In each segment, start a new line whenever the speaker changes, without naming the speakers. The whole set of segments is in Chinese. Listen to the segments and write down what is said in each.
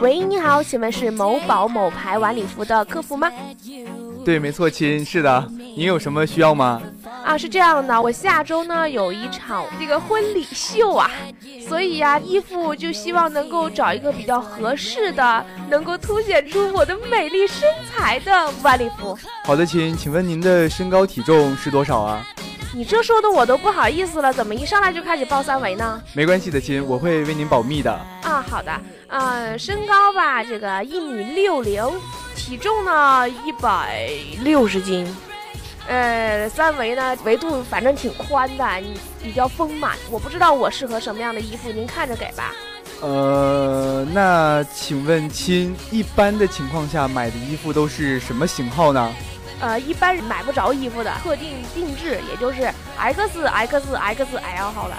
喂，你好，请问是某宝某牌晚礼服的客服吗？
对，没错，亲，是的。您有什么需要吗？
啊，是这样的，我下周呢有一场这个婚礼秀啊，所以呀、衣服就希望能够找一个比较合适的，能够凸显出我的美丽身材的晚礼服。
好的，亲，请问您的身高体重是多少啊？
你这说的我都不好意思了，怎么一上来就开始报三围呢？
没关系的，亲，我会为您保密的。
啊，好的，呃，身高吧，这个一米六零，体重呢一百六十斤，呃，三围呢维度反正挺宽的，你比较丰满。我不知道我适合什么样的衣服，您看着给吧。
呃，那请问亲，一般的情况下买的衣服都是什么型号呢？
呃，一般人买不着衣服的，特定定制，也就是 X X X L 号了。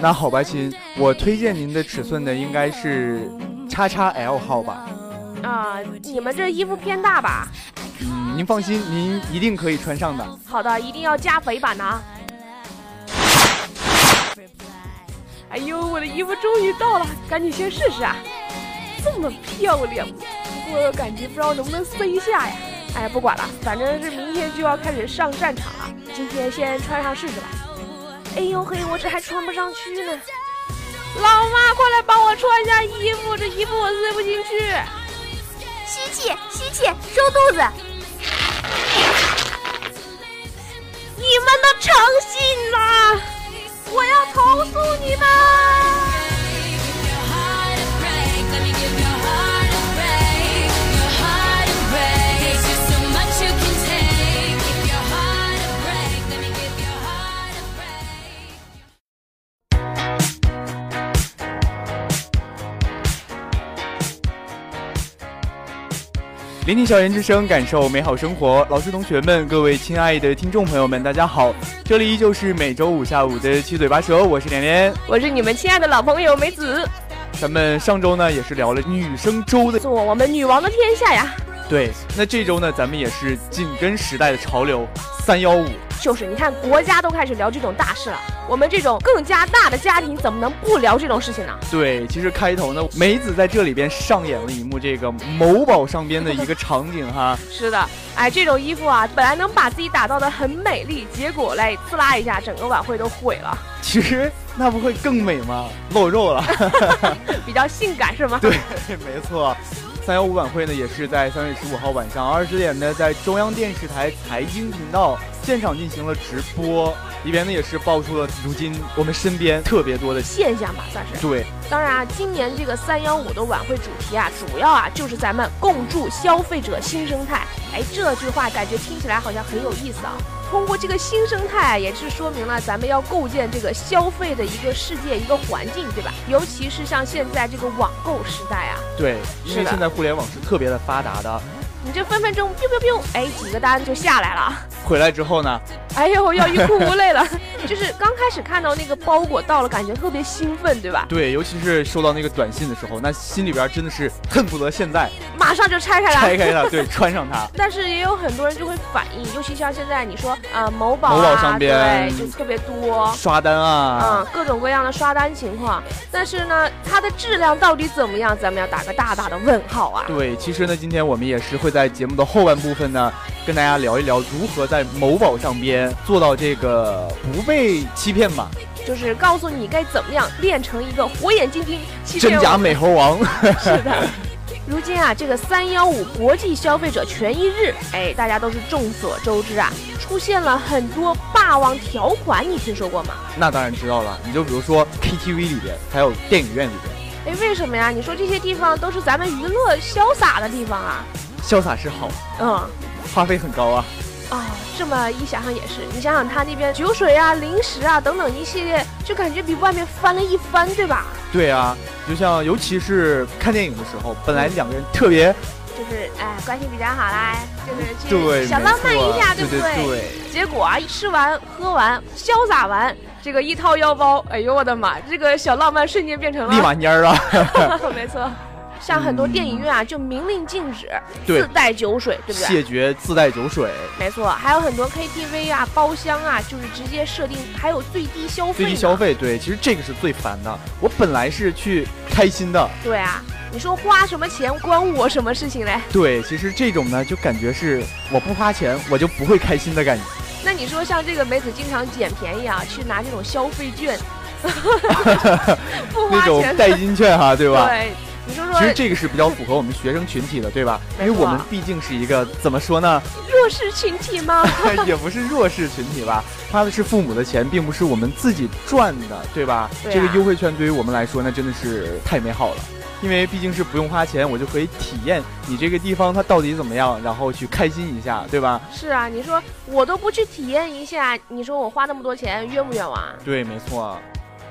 那好吧，亲，我推荐您的尺寸呢应该是叉叉 L 号吧。
啊、你们这衣服偏大吧？
嗯，您放心，您一定可以穿上的。
好的，一定要加肥版的啊！哎呦，我的衣服终于到了，赶紧先试试啊！这么漂亮，不过感觉不知道能不能塞下呀。哎，不管了，反正是明天就要开始上战场了，今天先穿上试试吧。哎呦嘿，我这还穿不上去呢！老妈，快来帮我穿一下衣服，这衣服我塞不进去。
吸气，吸气，收肚子。
你们的诚信呐、我要投诉你们！
聆听校园之声，感受美好生活。老师、同学们，各位亲爱的听众朋友们，大家好！这里依旧是每周五下午的七嘴八舌，我是连连。
我是你们亲爱的老朋友梅子，
咱们上周呢也是聊了女生周的，
做我们女王的天下呀。
对。那这周呢，咱们也是紧跟时代的潮流，三幺五。
就是你看，国家都开始聊这种大事了，我们这种更加大的家庭怎么能不聊这种事情呢？
对，其实开头呢，梅子在这里边上演了一幕这个某宝上边的一个场景哈。
是的，哎，这种衣服啊，本来能把自己打造的很美丽，结果嘞，刺啦一下，整个晚会都毁了，
其实那不会更美吗？露肉了。
比较性感是吗？
对，没错。三幺五晚会呢，也是在三月十五号晚上二十点呢，在中央电视台财经频道现场进行了直播，里边呢也是爆出了如今我们身边特别多的
现象吧，算是。
对，
当然啊，今年这个三幺五的晚会主题啊，主要啊就是咱们共筑消费者新生态。哎，这句话感觉听起来好像很有意思啊。通过这个新生态，也是说明了咱们要构建这个消费的一个世界、一个环境，对吧？尤其是像现在这个网购时代啊，
对，因
是
为
的
现在互联网是特别的发达的。
你这分分钟 biu biu biu，哎，几个单就下来了。
回来之后呢，
哎呦，要欲哭无泪了。 就是刚开始看到那个包裹到了，感觉特别兴奋，对吧？
对，尤其是收到那个短信的时候，那心里边真的是恨不得现在
马上就拆开来，
拆开它，对，穿上它。
但是也有很多人就会反映，尤其像现在你说啊、呃某宝啊，
某宝上边
对，就特别多。
刷单啊，
嗯，各种各样的刷单情况，但是呢，它的质量到底怎么样，咱们要打个大大的问号啊！
对，其实呢，今天我们也是会在节目的后半部分呢，跟大家聊一聊如何在某宝上边做到这个不被欺骗吧，
就是告诉你该怎么样练成一个火眼金睛，欺骗
真假
我
美猴王。
是的，如今啊，这个三幺五国际消费者权益日，哎，大家都是众所周知啊，出现了很多霸王条款，你听说过吗？
那当然知道了，你就比如说 KTV 里边，还有电影院里边，
哎，为什么呀？你说这些地方都是咱们娱乐潇洒的地方啊？
潇洒是好，
嗯。
花费很高啊。
啊，这么一想想也是，你想想他那边酒水啊、零食啊等等一系列，就感觉比外面翻了一番，对吧？
对啊，就像尤其是看电影的时候，本来两个人特别
就是哎，关系比较好啦，就是
嗯对，
去小浪漫
没错
一下，
对
不
对？
结果啊，吃完喝完，潇洒完，这个一掏腰包，哎呦我的妈，这个小浪漫瞬间变成
立
了，
马蔫嗯儿啊。
没错。像很多电影院啊，就明令禁止
对
自带酒水，对不对？
谢绝自带酒水，
没错，还有很多 KTV 啊、包厢啊，就是直接设定还有最低消费。
最低消。费，对，其实这个是最烦的。我本来是去开心的，
对啊，你说花什么钱关我什么事情嘞？
对，其实这种呢，就感觉是我不花钱我就不会开心的感觉。
那你说像这个梅子经常捡便宜啊，去拿这种消费券， 不
那
花
种
钱
代金券哈、对吧？
对，你说
其实
说
这个是比较符合我们学生群体的，对吧？
没
因
错
为我们毕竟是一个怎么 说呢，
弱势群体吗？
也不是弱势群体吧，花的是父母的钱，并不是我们自己赚的，对吧？
对啊
这个优惠券对于我们来说，那真的是太美好了。因为毕竟是不用花钱，我就可以体验你这个地方它到底怎么样，然后去开心一下，对吧？
是啊，你说我都不去体验一下，你说我花那么多钱冤不冤枉啊？
对，没错。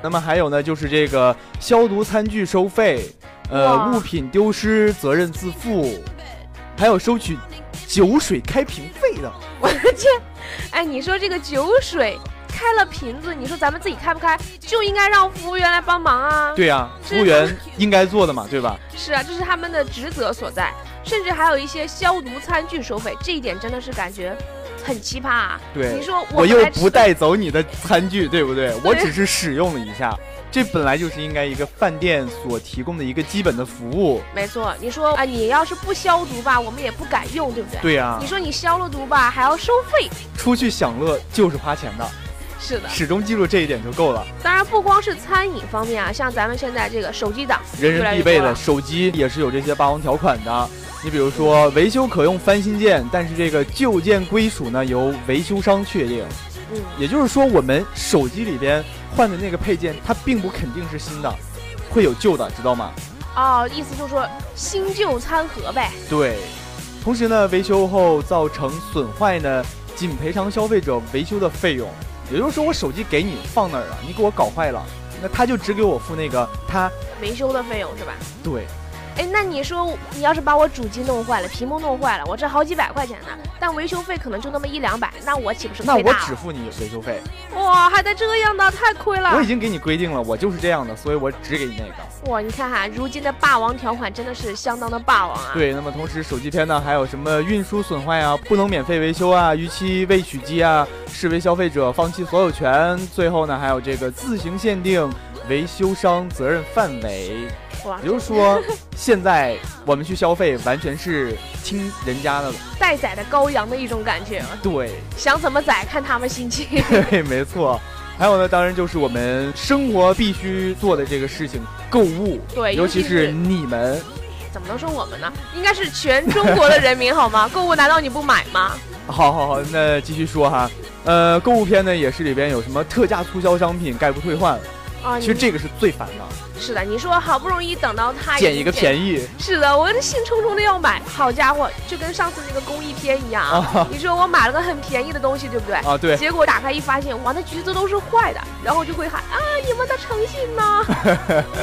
那么还有呢，就是这个消毒餐具收费，呃，
哇
物品丢失责任自负，还有收取酒水开瓶费的。
我这，哎，你说这个酒水开了瓶子，你说咱们自己开不开，就应该让服务员来帮忙啊。
对啊，
是
服务员应该做的嘛，对吧？
是啊，这是他们的职责所在，甚至还有一些消毒餐具收费，这一点真的是感觉很奇葩、啊。
对
你说
我
们
又
来吃
不带走你的餐具，对不对？我只是使用了一下，这本来就是应该一个饭店所提供的一个基本的服务。
没错，你说啊、你要是不消毒吧，我们也不敢用，对不对？
对啊呀、
你说你消了毒吧，还要收费。
出去享乐就是花钱的，
是的，
始终记住这一点就够了。
当然不光是餐饮方面啊，像咱们现在这个手机党，
人人必备
越来越多
的
了
手机也是有这些霸王条款的。你比如说，维修可用翻新件，但是这个旧件归属呢由维修商确定。
嗯，
也就是说，我们手机里边换的那个配件，它并不肯定是新的，会有旧的，知道吗？
哦，意思就是说新旧参合呗。
对。同时呢，维修后造成损坏呢，仅赔偿消费者维修的费用。也就是说，我手机给你放那儿了，你给我搞坏了，那他就只给我付那个他
维修的费用是吧？
对
哎，那你说你要是把我主机弄坏了，屏幕弄坏了，我这好几百块钱呢，但维修费可能就那么一两百，那我岂不是
那
亏
我
大
只
了？
付你维修费。
哇，还带这样的，啊太亏 了
我已！经给你规定了，我就是这样的，所以我只给你那个。
哇，你看哈，如今的霸王条款真的是相当的霸王啊！
对，那么同时手机片呢，还有什么运输损坏啊，不能免费维修啊，逾期未取机啊，视为消费者放弃所有权。最后呢，还有这个自行限定维修商责任范 围。
哇
也，就是说，现在我们去消费完全是听人家的了。
待宰的羔羊的一种感觉啊，
对，
想怎么宰看他们心情。
对，没错。还有呢，当然就是我们生活必须做的这个事情——购物。
对
尤
尤
其
其
是
是
你们。
怎么能说我们呢？应该是全中国的人民好吗？购物难道你不买吗？
好好好，那继续说哈。呃，购物篇呢也是里边有什么特价促销商品概不退换，
啊，
其实
你
这个是最烦的，
是的，你说好不容易等到它
捡一个
宜，
便宜
啊是的，我这兴冲冲的要买，好家伙，就跟上次那个公益片一样啊！
啊
你说我买了个很便宜的东西，对不对？
啊，对，
结果打开一发现，哇，那橘子都是坏的，然后就会喊啊，你们的诚信 呢？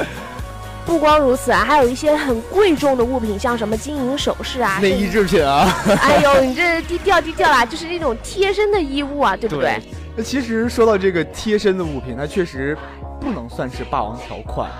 不光如此啊，还有一些很贵重的物品，像什么金银首饰啊，
内衣制品啊。
哎呦，你这低调低调啦，就是那种贴身的衣物啊，对不对？
对那其实说到这个贴身的物品，它确实不能算是霸王条款，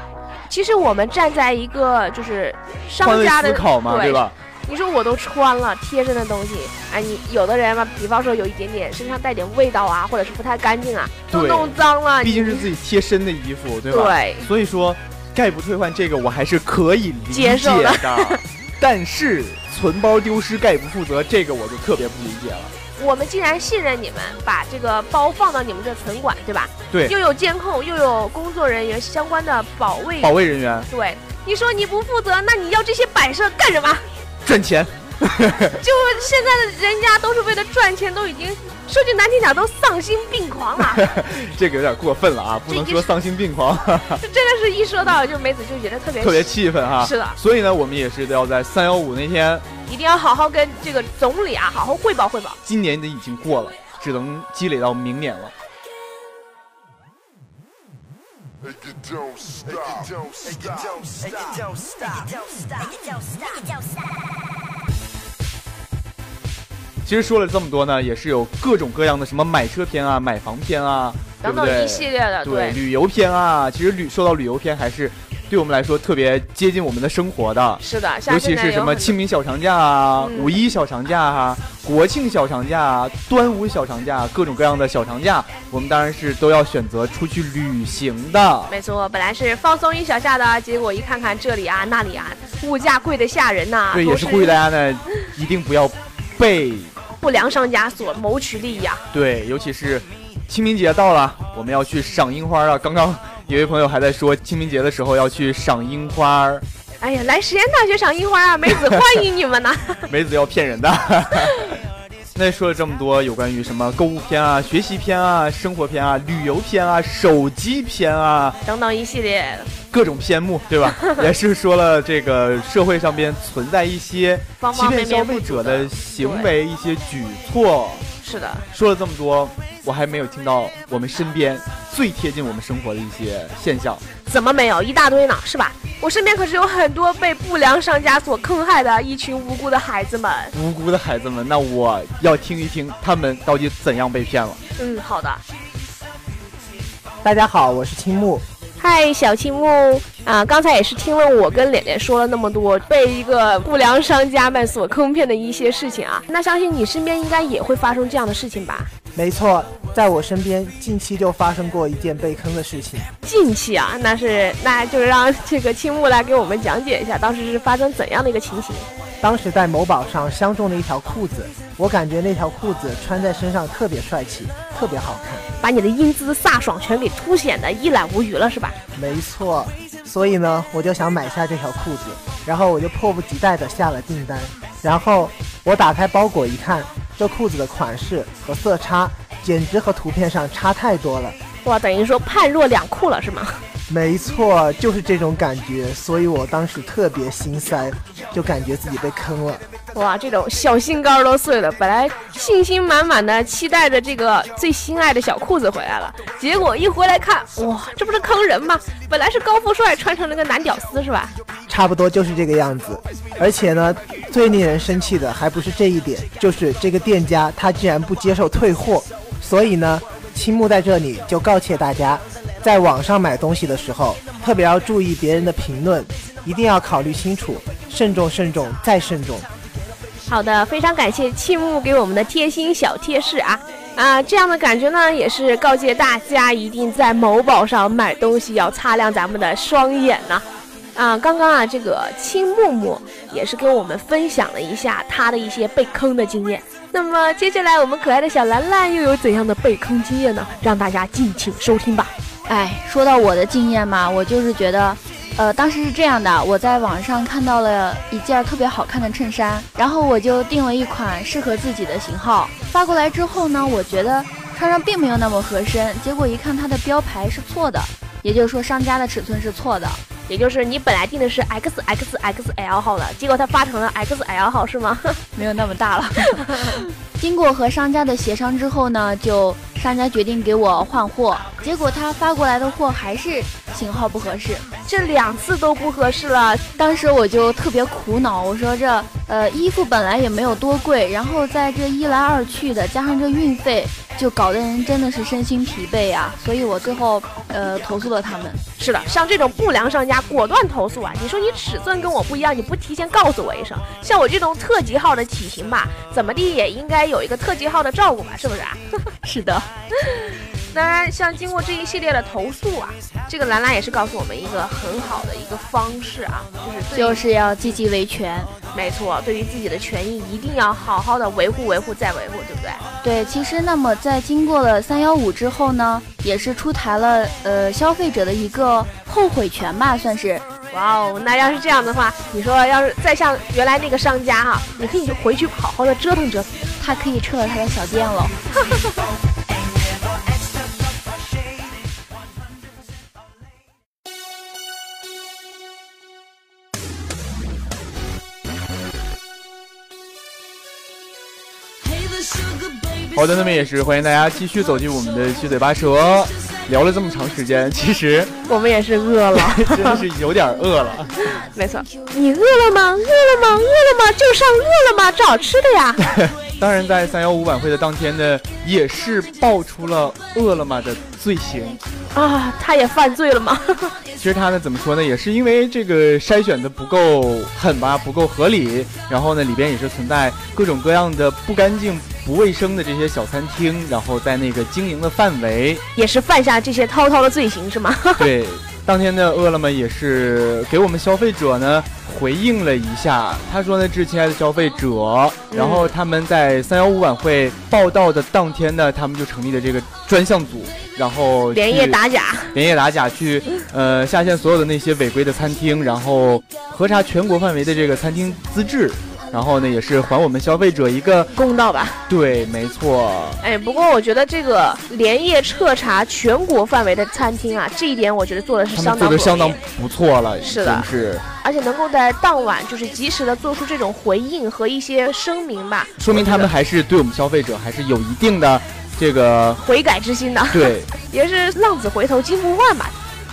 其实我们站在一个就是
换
商
位
家的
思考嘛，对？吧？
你说我都穿了贴身的东西，哎，你有的人嘛，比方说有一点点身上带点味道啊，或者是不太干净啊，都
对
弄脏了，
毕竟是
啊你
自己贴身的衣服，对吧？
对。
所以说，概不退换这个我还是可以理解
接受的
的但是存包丢失概不负责，这个我就特别不理解了。
我们既然信任你们，把这个包放到你们这存管，对吧？
对
又有监控，又有工作人员相关的保卫，
保卫人员。
对，你说你不负责，那你要这些摆设干什么？
赚钱。
就现在的人家都是为了赚钱，都已经说句难听点，都丧心病狂 了。
这个有点过分了啊，不能说丧心病狂，
这真的是一说到就梅子就觉得特别
特别气愤哈。
是的
所以呢，我们也是要在三幺五那天，
一定要好好跟这个总理啊好好汇报汇报。
今年的已经过了，只能积累到明年了。 其实说了这么多呢，也是有各种各样的什么买车篇啊、买房篇啊，对
等
不
等
对？
一系列的，
对旅游篇啊，其实旅说到旅游篇还是对我们来说特别接近我们的生活的，
是的，像
尤其
现在
是
有
什么
很多
清明小长假啊、
嗯
五一小长假啊、国庆小长假啊、端午小长假，啊各种各样的小长假，我们当然是都要选择出去旅行的。
没错，本来是放松一小下的，结果一看看这里啊那里啊，物价贵的吓人呐、
对，
都
也是呼吁大家呢，一定不要被
不良商家所谋取利益啊。
对，尤其是清明节到了，我们要去赏樱花啊。刚刚有位朋友还在说，清明节的时候要去赏樱花儿，
哎呀，来实验大学赏樱花啊，梅子欢迎你 们呐！
梅子要骗人的。 那说了这么多有关于什么购物篇啊、学习篇啊、生活篇啊、旅游篇啊、手机篇啊，
等等一系列
各种篇目，对吧？也是说了这个社会上边存在一些
方
欺
方
骗
面
消
面
费
不
者
足
的
的，
行为、一些举措。
是的，
说了这么多，我还没有听到我们身边最贴近我们生活的一些现象。
怎么没有一大堆呢？是吧？我身边可是有很多被不良商家所坑害的一群无辜的孩子们。
无辜的孩子们，那我要听一听他们到底怎样被骗了。
嗯，好的。
大家好，我是青木。
嗨，小青木啊，刚才也是听了我跟脸脸说了那么多被一个不良商家们所坑骗的一些事情啊，那相信你身边应该也会发生这样的事情吧？
没错，在我身边近期就发生过一件被坑的事情。
近期啊，那是那就是让这个青木来给我们讲解一下当时是发生怎样的一个情形。
当时在某宝上相中了一条裤子，我感觉那条裤子穿在身上特别帅气，特别好看。
把你的英姿飒爽全给凸显的一览无余了，是吧？
没错，所以呢，我就想买下这条裤子，然后我就迫不及待地下了订单。然后我打开包裹一看，这裤子的款式和色差简直和图片上差太多了。
哇，等于说判若两คู่了，是吗？
没错，就是这种感觉，所以我当时特别心塞，就感觉自己被坑了。
哇，这种小心肝儿都碎了，本来信心满满的期待着这个最心爱的小裤子回来了，结果一回来看，哇，这不是坑人吗？本来是高富帅穿成了个男屌丝是吧？
差不多就是这个样子。而且呢，最令人生气的还不是这一点，就是这个店家他竟然不接受退货。所以呢，青木在这里就告诫大家，在网上买东西的时候，特别要注意别人的评论，一定要考虑清楚，慎重、慎重再慎重。
好的，非常感谢庆木给我们的贴心小贴士啊。啊，这样的感觉呢，也是告诫大家一定在某宝上买东西要擦亮咱们的双眼呐、啊。刚刚啊，这个青木木也是跟我们分享了一下他的一些被坑的经验。那么接下来，我们可爱的小兰兰又有怎样的被坑经验呢？让大家敬请收听吧。
哎，说到我的经验嘛，我就是觉得，呃，当时是这样的，我在网上看到了一件特别好看的衬衫，然后我就订了一款适合自己的型号。发过来之后呢，我觉得穿上并没有那么合身，结果一看它的标牌是错的，也就是说商家的尺寸是错的。
也就是你本来定的是 X X X L 号的，结果他发成了 X L 号是吗？
没有那么大了。 经过和商家的协商之后呢，就商家决定给我换货，结果他发过来的货还是型号不合适。
这两次都不合适了，
啊当时我就特别苦恼，我说这呃衣服本来也没有多贵，然后在这一来二去的，加上这运费，就搞得人真的是身心疲惫呀、所以我最后呃投诉了他们。
是的，像这种不良商家果断投诉啊！你说你尺寸跟我不一样，你不提前告诉我一声。像我这种特级号的体型吧，怎么地也应该有一个特级号的照顾吧，是不是啊？
是的，
当然，像经过这一系列的投诉啊，这个兰兰也是告诉我们一个很好的一个方式啊，就是对于
就是要积极维权。
没错，对于自己的权益一定要好好的维护、维护再维护，对不对？
对，其实那么在经过了三幺五之后呢，也是出台了呃消费者的一个后悔权吧，算是
哇哦，那要是这样的话，你说要是再像原来那个商家哈、你可以回去好好的折腾折腾。
他可以撤了他的小店了。
好的，那么也是欢迎大家继续走进我们的七嘴八舌。哦聊了这么长时间，其实
我们也是饿了，
真的是有点饿了。
没错。你饿了吗？饿了吗？饿了吗？就上饿了吗找吃的呀。
当然，在三幺五晚会的当天呢，也是爆出了饿了么的罪行。
啊，他也犯罪了吗？
其实他呢，怎么说呢，也是因为这个筛选的不够狠吧，不够合理，然后呢，里边也是存在各种各样的不干净、不卫生的这些小餐厅，然后在那个经营的范围，
也是犯下这些滔滔的罪行 是吗？
对，当天的饿了么也是给我们消费者呢回应了一下，他说呢，致亲爱的消费者，然后他们在三幺五晚会报道的当天呢，他们就成立了这个专项组，然后
连夜
去
打假。
连夜打假去，呃，下线所有的那些违规的餐厅，然后核查全国范围的这个餐厅资质，然后呢，也是还我们消费者一个
公道吧，
对，没错，
哎，不过我觉得这个连夜彻查全国范围的餐厅啊，这一点我觉得做的是
他
相
们
当
做
不
的
容易
相当不错了，
是的
已经是
而且能够在当晚就是及时的做出这种回应和一些声明吧，
说明他们还是对我们消费者还是有一定的这个
悔改之心的，
对。
也是浪子回头金不换吧。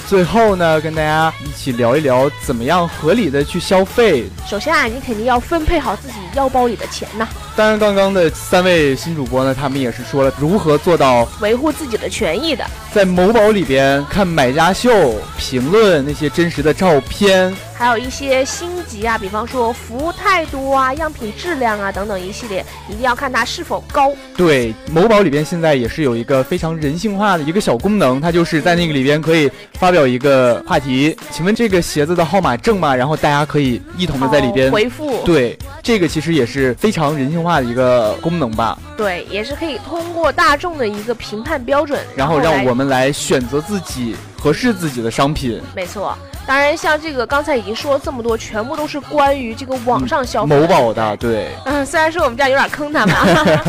最后呢，跟大家一起聊一聊怎么样合理的去消费。
首先啊，你肯定要分配好自己腰包里的钱呐、
当然，刚刚的三位新主播呢，他们也是说了如何做到
维护自己的权益的，
在某宝里边看买家秀、评论那些真实的照片，
还有一些星级啊，比方说服务态度啊、样品质量啊等等一系列，一定要看它是否高。
对，某宝里边现在也是有一个非常人性化的一个小功能，它就是在那个里边可以发表一个话题，请问这个鞋子的号码正吗？然后大家可以一同的在里边。
回复
对，这个其实也是非常人性化的一个功能吧，
对，也是可以通过大众的一个评判标准，
然后
后
让
来
我们来选择自己合适自己的商品。
没错。当然，像这个刚才已经说了这么多，全部都是关于这个网上消费。
某宝的，对，
嗯，虽然说我们这样有点坑他们， 啊，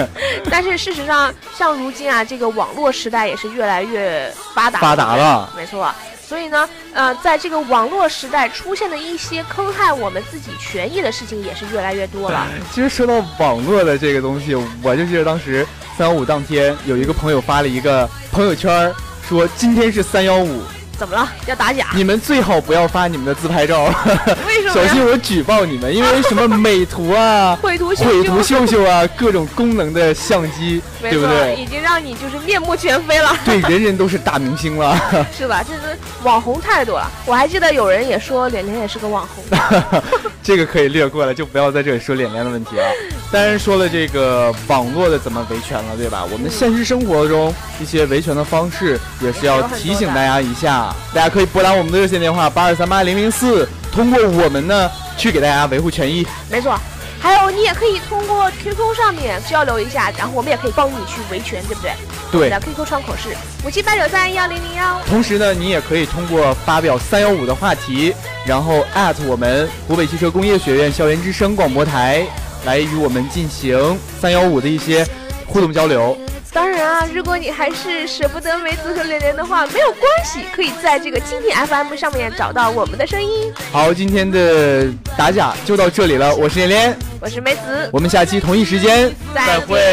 但是事实上，像如今啊，这个网络时代也是越来越发达。
发达了。
没错。所以呢，呃，在这个网络时代出现的一些坑害我们自己权益的事情也是越来越多了。
其实说到网络的这个东西，我就记得当时三幺五当天，有一个朋友发了一个朋友圈儿，说今天是三幺五，
怎么了？要打假？
你们最好不要发你们的自 拍照，
为什么
小
呀？、
心我举报你们，因为什么美图啊
绘 图秀秀
绘图秀秀啊，各种功能的相机，
没
对不
错，
对？
已经让你就是面目全非了。
对，人人都是大明星了。
是吧？这是网红太多了。我还记得有人也说脸脸也是个网红，
这个可以略过了，就不要在这里说脸脸的问题了。啊当然说了这个网络的怎么维权了，对吧？我们现实生活中一些维权的方式，也是要提醒大家一下。大家可以拨打我们的热线电话八二三八零零四，通过我们呢去给大家维护权益。
没错。还有你也可以通过 QQ 上面交流一下，然后我们也可以帮你去维权，对不对？
对
的，QQ 窗口是五七八九三幺零零幺。
同时呢，你也可以通过发表三幺五的话题，然后艾特我们湖北汽车工业学院校园之声广播台，来与我们进行三幺五的一些互动交流。
当然啊，如果你还是舍不得梅子和脸脸的话，没有关系，可以在这个蜻蜓 FM 上面找到我们的声音。
好，今天的打假就到这里了，我是连连，
我是梅子，
我们下期同一时间
再见
会。